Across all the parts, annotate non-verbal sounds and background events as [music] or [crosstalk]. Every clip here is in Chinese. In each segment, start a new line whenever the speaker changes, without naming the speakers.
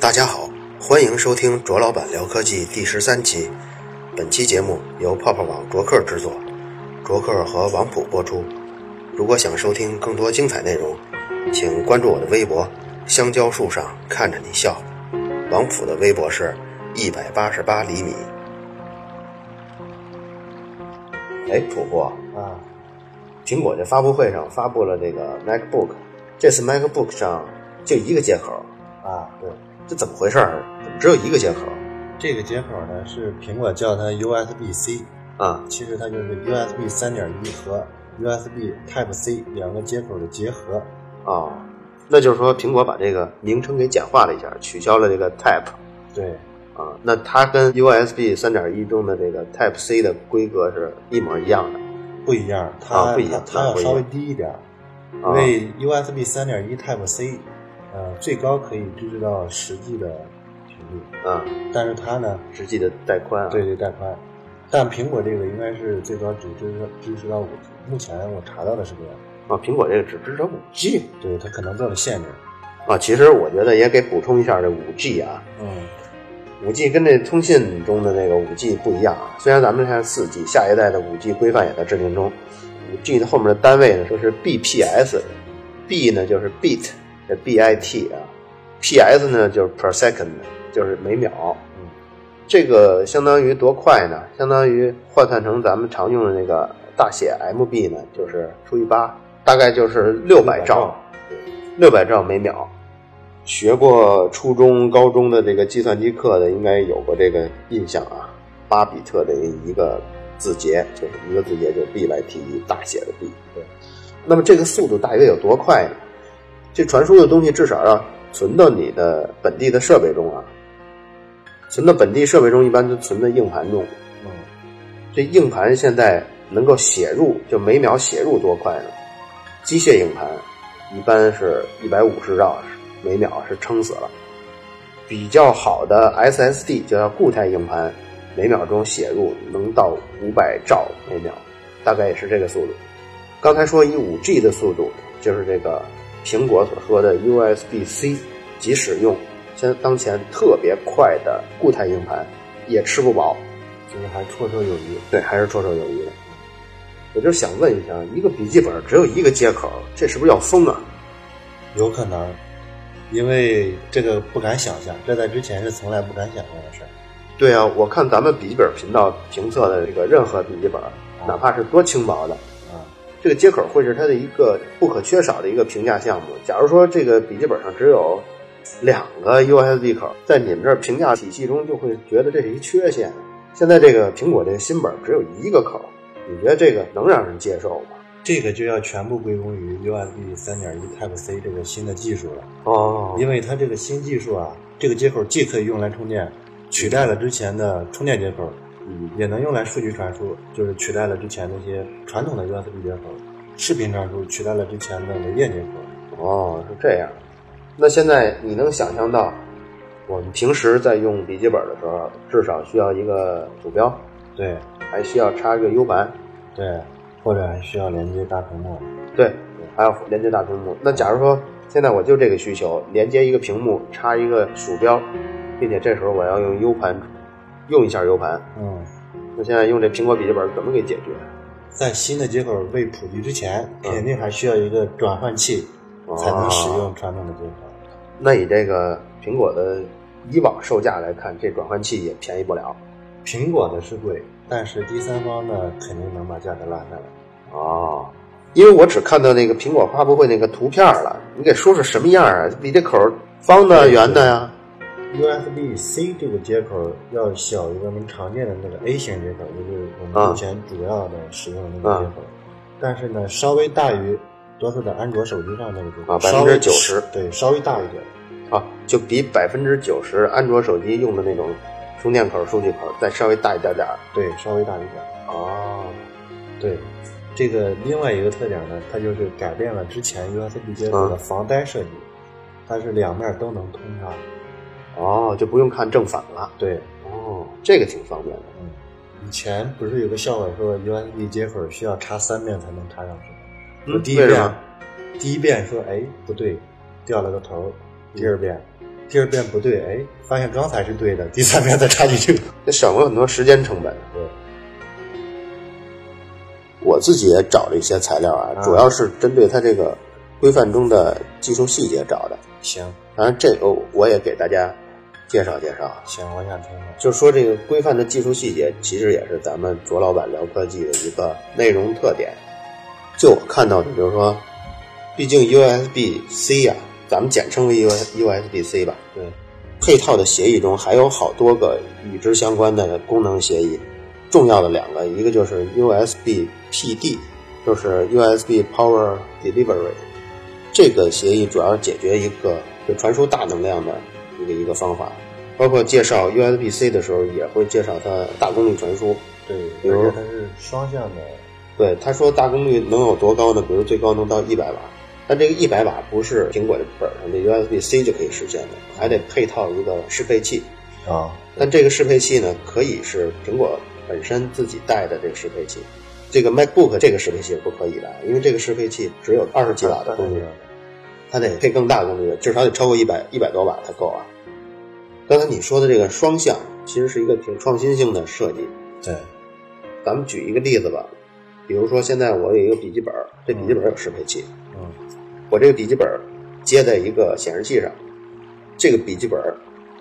大家好，欢迎收听卓老板聊科技第十三期。本期节目由泡泡网卓克制作，卓克和王普播出。如果想收听更多精彩内容，请关注我的微博“香蕉树上看着你笑”。王普的微博是一百八十八厘米。哎，普普，
啊，
苹果这发布会上发布了这个 MacBook，这次 MacBook 上就一个接口，
啊，对，
这怎么回事儿？怎么只有一个接口
这个接口呢是苹果叫它 USB-C，
啊？
其实它就是 USB 三点一和 USB Type C 两个接口的结合。
哦，那就是说苹果把这个名称给简化了一下，取消了这个 Type
对，
啊。那它跟 USB 三点一中的这个 Type C 的规格是一模一样的
不一样，它、
啊不一样
它它要
不一样
稍微低一点，因
啊。
为 USB 三点一 Type C，呃，最高可以支持到十 G 的频率，
啊，
但是它呢，
实际的带宽啊。
对对带宽，但苹果这个应该是最高只支持支持到五 G，目前我查到的是这样，
啊，苹果这个只支持五 G
对它可能做了限制。
啊。其实我觉得也给补充一下这五 G 啊，
嗯，
五 G 跟这通信中的那个五 G 不一样啊，虽然咱们现在四 G，下一代的五 G 规范也在制定中。五 G 的后面的单位呢，就是 BPS，B 呢就是 bit，这 bit 啊，PS 呢就是 per second，就是每秒。
嗯，
这个相当于多快呢？相当于换算成咱们常用的那个大写 MB 呢，就是除以八，大概就是六百兆，六百兆每秒。学过初中、高中的这个计算机课的，应该有过这个印象啊。巴比特的一个字节，就是一个字节，就是 B Y T E 大写的 B。对，那么这个速度大约有多快呢？这传输的东西至少要存到你的本地的设备中啊。存到本地设备中，一般都存在硬盘中。
嗯，
这硬盘现在能够写入，就每秒写入多快呢？机械硬盘一般是一百五十兆每秒是撑死了。比较好的 SSD 就叫固态硬盘，每秒钟写入能到五百兆每秒，大概也是这个速度。刚才说以五 G 的速度，就是这个苹果所说的 USB-C，即使用现在当前特别快的固态硬盘也吃不饱。
就是还绰绰有余。
对，还是绰绰有余的。我就是想问一下，一个笔记本只有一个接口，这是不是要疯啊？
有可能，因为这个不敢想象，这在之前是从来不敢想象的事儿。
对啊，我看咱们笔记本频道评测的这个任何笔记本，哪怕是多轻薄的，
啊，
这个接口会是它的一个不可缺少的一个评价项目。假如说这个笔记本上只有两个 USB 口，在你们这儿评价体系中就会觉得这是一缺陷。现在这个苹果这个新本只有一个口，你觉得这个能让人接受吗？
这个就要全部归功于 USB 三点一 Type C 这个新的技术了，
哦
因为它这个新技术啊，这个接口既可以用来充电，取代了之前的充电接口，
嗯
也能用来数据传输，就是取代了之前那些传统的 USB 接口，视频传输取代了之前的文件接口。
哦，是这样。那现在你能想象到，我们平时在用笔记本的时候，至少需要一个鼠标，
对
还需要插一个 U 盘，
对，或者还需要连接大屏幕。
对，还要连接大屏幕。那假如说现在我就这个需求，连接一个屏幕，插一个鼠标，并且这时候我要用 U 盘用一下 U 盘，
嗯。
那现在用这苹果笔记本怎么给解决？
在新的接口未普及之前，
嗯
肯定还需要一个转换器，
哦
才能使用传统的接口。
那以这个苹果的以往售价来看，这转换器也便宜不了。
苹果的是贵，但是第三方呢，肯定能把价格拉下来。
哦，因为我只看到那个苹果发布会那个图片了，你给说说什么样啊？比这口儿方的、
对
圆的呀？
USB C 这个接口要小于我们常见的那个 A 型接口，就是我
啊
们目前主要的使用的那个接口，但是呢，稍微大于多数的安卓手机上那个接口，
啊
稍微
90%
对，稍微大一点。
啊，就比百分之九十安卓手机用的那种充电口、数据口再稍微大一点点儿。
对，稍微大一点。
哦，
对，这个另外一个特点呢，它就是改变了之前 USB 接
啊
口的防呆设计，它是两面都能通畅。
哦，就不用看正反了。
对，
哦，这个挺方便的。
嗯，以前不是有个笑话说 USB 接口需要插三遍才能插上去吗？我
嗯
第一
为什
遍
么，
第一遍说哎不对，掉了个头儿，第二遍，第二遍不对，哎，发现刚才是对的，第三遍再插进去。 [laughs]
这省了很多时间成本。
对，
我自己也找了一些材料啊，
啊
主要是针对它这个规范中的技术细节找的。
行
当然，这个我也给大家介绍介绍啊。
行，我想听听。
就说这个规范的技术细节，其实也是咱们卓老板聊科技的一个内容特点。就我看到的，就是说，毕竟 USB C 呀、咱们简称为 U USB C 吧，
对，
配套的协议中还有好多个与之相关的功能协议，重要的两个，一个就是 USB PD，就是 USB Power Delivery，这个协议主要解决一个就传输大能量的一个一个方法，包括介绍 USB-C 的时候也会介绍它大功率传输。
对，
比如
而且它是双向的，
对，他说大功率能有多高呢？比如最高能到一百瓦，但这个一百瓦不是苹果的本上的 USB-C 就可以实现的，还得配套一个适配器。
啊，
但这个适配器呢，可以是苹果本身自己带的这个适配器。这个 MacBook 这个适配器是不可以的，因为这个适配器只有二十几瓦的功率，它得配更大功率，至少得超过一百一百多瓦才够啊。刚才你说的这个双向，其实是一个挺创新性的设计。
对，
咱们举一个例子吧，比如说现在我有一个笔记本，这笔记本有适配器，
嗯，
我这个笔记本接在一个显示器上，这个笔记本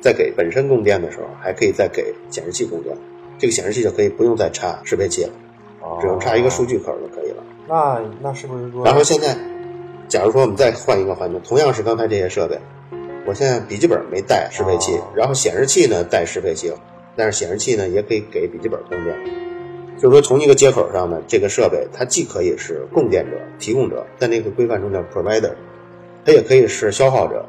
在给本身供电的时候，还可以再给显示器供电，这个显示器就可以不用再插适配器了，只用插一个数
据。
据口就可以了。
哦那那是不是说？
然后现在，假如说我们再换一个环境，同样是刚才这些设备，我现在笔记本没带适配器
哦，
然后显示器呢带适配器，但是显示器呢也可以给笔记本供电。就是说，从一个接口上呢，这个设备它既可以是供电者、提供者，在那个规范中叫 provider，它也可以是消耗者。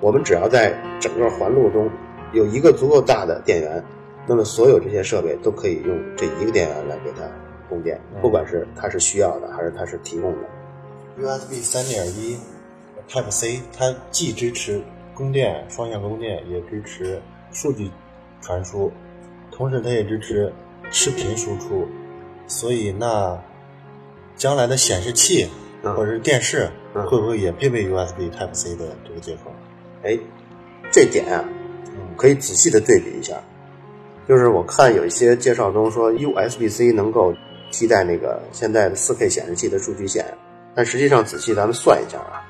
我们只要在整个环路中有一个足够大的电源，那么所有这些设备都可以用这一个电源来给它供电，不
哦
管是它是需要的还是它是提供的。
USB 三点一 Type C，它既支持供电双向供电，也支持数据传输，同时它也支持视频输出，所以那将来的显示器
嗯
或者是电视
嗯
会不会也配备 USB Type C 的这个接口？
哎，这点啊，
嗯，
可以仔细的对比一下。就是我看有一些介绍中说 USB-C 能够替代那个现在的 4K 显示器的数据线，但实际上仔细咱们算一下啊，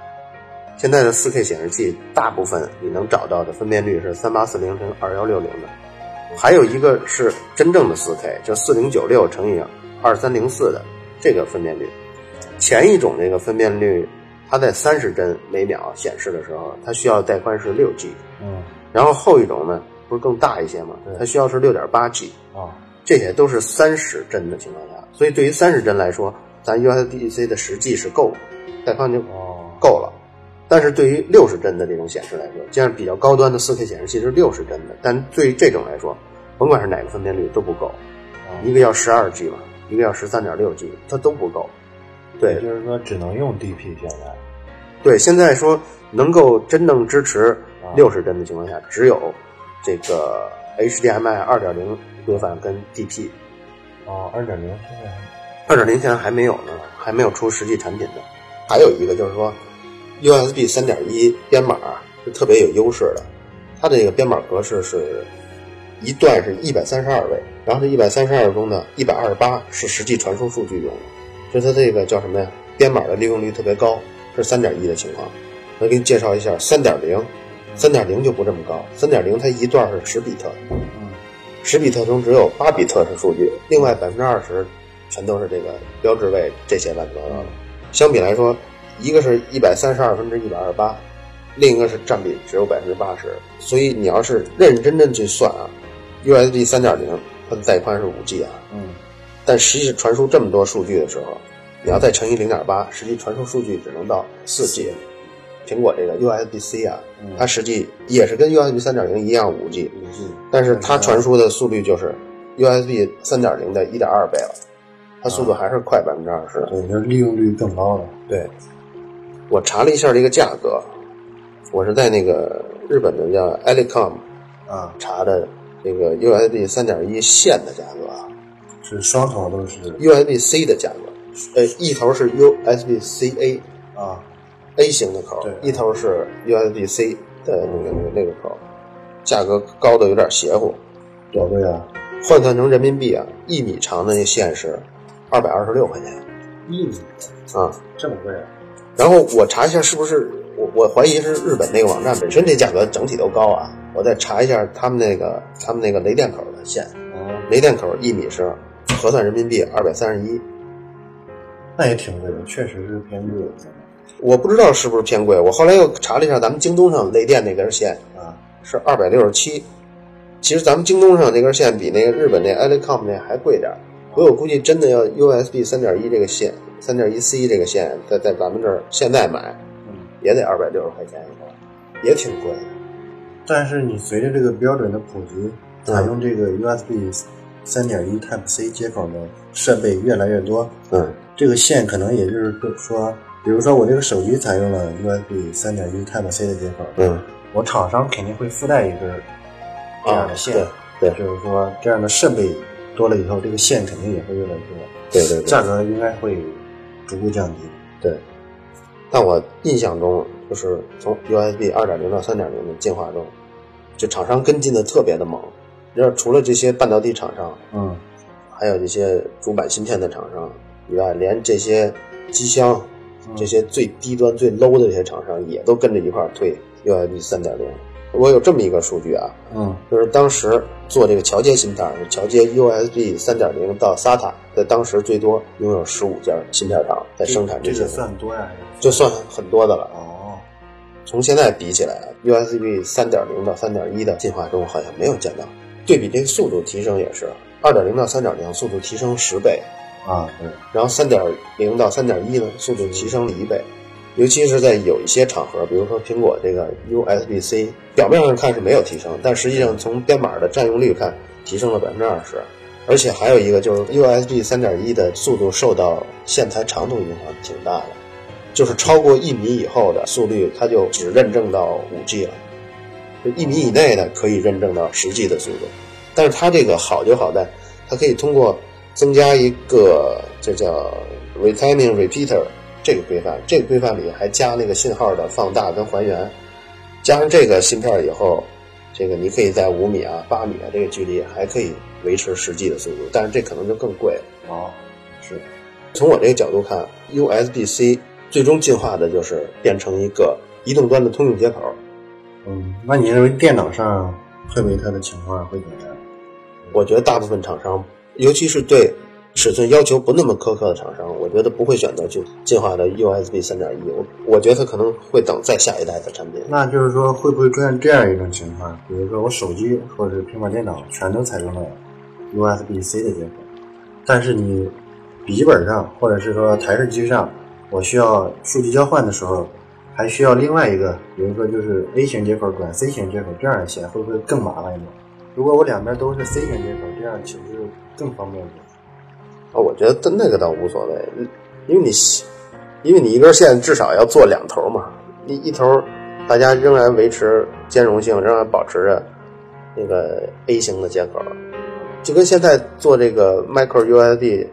现在的 4K 显示器大部分你能找到的分辨率是3840乘2160的，还有一个是真正的 4K，就4096乘以2304的这个分辨率。前一种这个分辨率，它在三十帧每秒显示的时候，它需要带宽是六 G。
嗯
然后后一种呢，不是更大一些吗
对？
它需要是六点八 G，
啊，
这些都是三十帧的情况下，所以对于三十帧来说，咱 USB-C 的实际是够的，带宽就
哦，
够了。但是对于六十帧的这种显示来说，像比较高端的四 K 显示器是六十帧的，但对于这种来说，甭管是哪个分辨率都不够，
啊
一个要十二 G 嘛，一个要十三点六 G，它都不够。对
也，就是说只能用 DP 现在。
对，现在说能够真正支持六十帧的情况下，只有这个 HDMI 二点零规范跟 DP
哦，二点零现在还
二点零现在还没有呢，还没有出实际产品呢。还有一个就是说，USB 三点一编码是特别有优势的，它的这个编码格式是一段是一百三十二位，然后这一百三十二中呢，一百二十八是实际传输数据用的，所以它这个叫什么呀？编码的利用率特别高，这是三点一的情况。我给你介绍一下三点零，三点零就不这么高，三点零它一段是十比特，
嗯
十比特中只有八比特是数据，另外百分之二十全都是这个标志位这些乱七八糟的。相比来说，一个是一百三十二分之一百二十八，另一个是占比只有百分之八十。所以你要是认认真真去算啊，USB 三点零它的带宽是五 G 啊，
嗯
但实际传输这么多数据的时候，你要再乘以零点八，实际传输数据只能到四 G。苹果这个 USB-C 啊，
嗯
它实际也是跟 USB 三点零一样五 G，
五 G
但是它传输的速率就是 USB 三点零的一点二倍了，它速度还是快百分之二十。
对，就是利用率更高了。
对，我查了一下这个价格，我是在那个日本的叫 Alicom
啊，
查的这个 USB 三点一线的价格啊
是双头都是
，USB C 的价格，呃，一头是 USB C A，
啊，
A 型的口，
对
一头是 USB-C 的那个那个那个口，价格高的有点邪乎。
对对啊，
换算成人民币啊，一米长的那线是二百二十六块钱
一米
啊。
这么贵啊？
然后我查一下是不是我我怀疑是日本那个网站本身这价格整体都高啊。我再查一下他们那个他们那个雷电口的线，
啊，
雷电口一米是合算人民币二百三十一，
那也挺贵的，确实是偏贵的
我不知道是不是偏贵。我后来又查了一下咱们京东上雷电那根线
啊。
是二百六十七，其实咱们京东上那根线比那个日本那 Alicom 那还贵点儿。所以我估计真的要 USB 三点一这个线，三点一 C 这个线，在在咱们这儿现在买
嗯，
也得二百六十块钱一块儿，也挺贵的。
但是你随着这个标准的普及，采用这个 USB 三点一 Type C 接口的设备越来越多，
嗯，
这个线可能也就是说，比如说我这个手机采用了 USB 三点一 Type C 的接口，
嗯，
我厂商肯定会附带一根这样的线，
啊对对
就是说这样的设备多了以后，这个线肯定也会越来越多，
对对对
价格应该会逐步降低。
对。但我印象中，就是从 USB 二点零到三点零的进化中，就厂商跟进的特别的猛。你知道，除了这些半导体厂商，
嗯，
还有这些主板芯片的厂商以外，连这些机箱、
嗯
这些最低端、最 low 的这些厂商也都跟着一块儿推 USB 三点零。我有这么一个数据啊，
嗯
就是当时做这个桥接芯片儿，桥接 USB 三点零到 SATA，在当时最多拥有十五家芯片厂在生产
这
些
个
东西，
算多呀？还是
就算很多的了。
哦，
从现在比起来，USB 三点零到三点一的进化中好像没有见到，对比这个速度提升也是，二点零到三点零速度提升十倍，
啊对，
然后三点零到三点一呢，速度提升了一倍，尤其是在有一些场合，比如说苹果这个 USB-C，表面上看是没有提升，但实际上从编码的占用率看，提升了百分之二十。而且还有一个就是 USB 三点一的速度受到线材长度影响挺大的，就是超过一米以后的速率，它就只认证到五 G 了，就一米以内的可以认证到十 G 的速度。但是它这个好就好在，它可以通过增加一个这叫 retiming repeater 这个规范，这个规范里还加那个信号的放大跟还原，加上这个芯片以后，这个你可以在五米啊、八米啊这个距离还可以维持实际的速度，但是这可能就更贵了。
哦是，
从我这个角度看，USB-C 最终进化的就是变成一个移动端的通用接口。
嗯，那你认为电脑上配备它的情况会怎么样？
我觉得大部分厂商，尤其是对尺寸要求不那么苛刻的厂商，我觉得不会选择去进化到 USB 三点一。我我觉得它可能会等再下一代的产品。
那就是说，会不会出现这样一种情况？比如说，我手机或者是平板电脑全都采用了 USB-C 的接口，但是你笔记本上或者是说台式机上，我需要数据交换的时候，还需要另外一个，比如说就是 A 型接口转 C 型接口这样的线，会不会更麻烦一点？如果我两边都是 C 型接口，这样岂不是更方便一点？
啊，我觉得那个倒无所谓，嗯因为你因为你一根线至少要做两头嘛，你一头大家仍然维持兼容性，仍然保持着那个 A 型的接口，就跟现在做这个 micro USB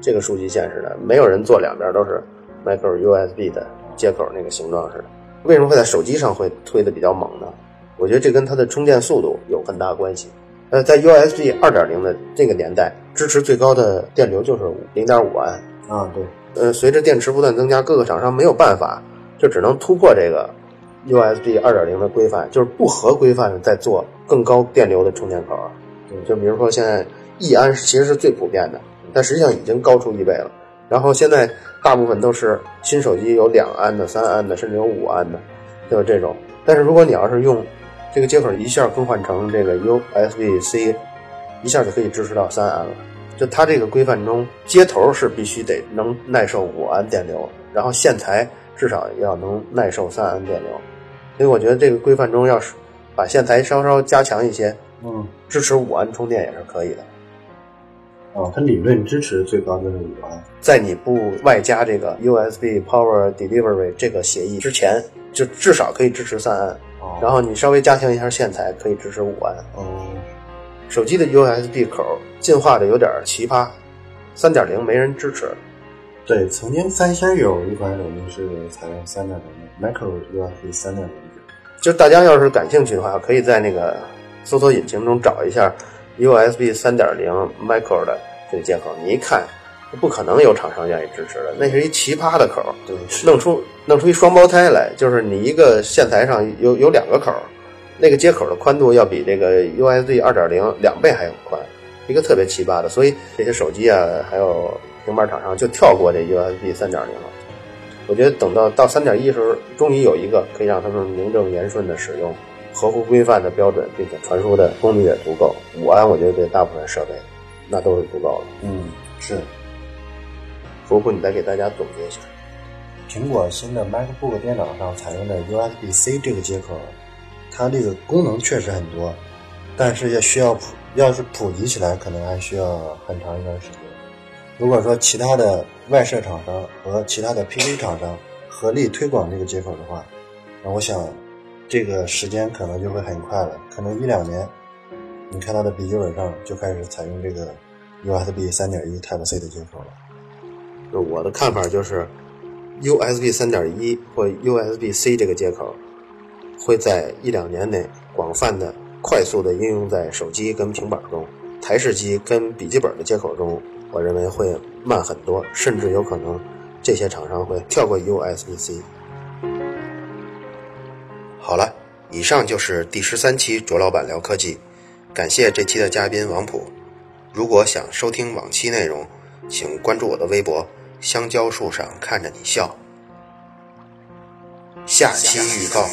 这个数据线似的，没有人做两边都是 micro USB 的接口那个形状似的。为什么会在手机上会推的比较猛呢？我觉得这跟它的充电速度有很大关系。呃，在 USB 二点零的这个年代，支持最高的电流就是零点五安。
啊，对，
呃，随着电池不断增加，各个厂商没有办法，就只能突破这个 USB 二点零的规范，就是不合规范的在做更高电流的充电口。
对，
就比如说现在一安是其实是最普遍的，但实际上已经高出一倍了。然后现在大部分都是新手机有两安的、三安的，甚至有五安的，就是这种。但是如果你要是用这个接口一下更换成这个 USB-C，一下就可以支持到三安了。就它这个规范中，接头是必须得能耐受五安电流，然后线材至少要能耐受三安电流。所以我觉得这个规范中要是把线材稍稍加强一些，
嗯，
支持五安充电也是可以的，
哦，它理论支持最高就是五安。
在你不外加这个 USB Power Delivery 这个协议之前，就至少可以支持三安，
哦
然后你稍微加强一下线材，可以支持五安。
哦，
手机的 USB 口进化的有点奇葩，三点零没人支持，
对，曾经三星有一款手机是采用三点零的，micro USB 三点零。
就是大家要是感兴趣的话，可以在那个搜索引擎中找一下 USB 三点零 micro 的这个接口，你一看，不可能有厂商愿意支持的，那是一奇葩的口，
对，
弄出弄出一双胞胎来，就是你一个线材上有有两个口，那个接口的宽度要比这个 USB 二点零两倍还要宽，一个特别奇葩的，所以这些手机啊，还有平板厂商就跳过这 USB 三点零了。我觉得等到到三点一时候，终于有一个可以让他们名正言顺的使用，合乎规范的标准，并且传输的功率也足够。五安，我觉得对大部分设备那都是足够了。
嗯，是。
福布，你再给大家总结一下，
苹果新的 MacBook 电脑上采用的 USB-C 这个接口，它这个功能确实很多，但是也需要普，要是普及起来，可能还需要很长一段时间。如果说其他的外设厂商和其他的 PC 厂商合力推广这个接口的话，那我想这个时间可能就会很快了，可能一两年，你看它的笔记本上就开始采用这个 USB 三点一 Type C 的接口了。
就我的看法就是，USB 三点一或 USB C 这个接口会在一两年内广泛的、快速的应用在手机跟平板中，台式机跟笔记本的接口中。我认为会慢很多，甚至有可能这些厂商会跳过 USB-C。好了，以上就是第十三期卓老板聊科技，感谢这期的嘉宾王普。如果想收听往期内容，请关注我的微博“香蕉树上看着你笑”。下期预告：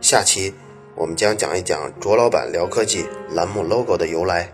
下期我们将讲一讲卓老板聊科技栏目 logo 的由来。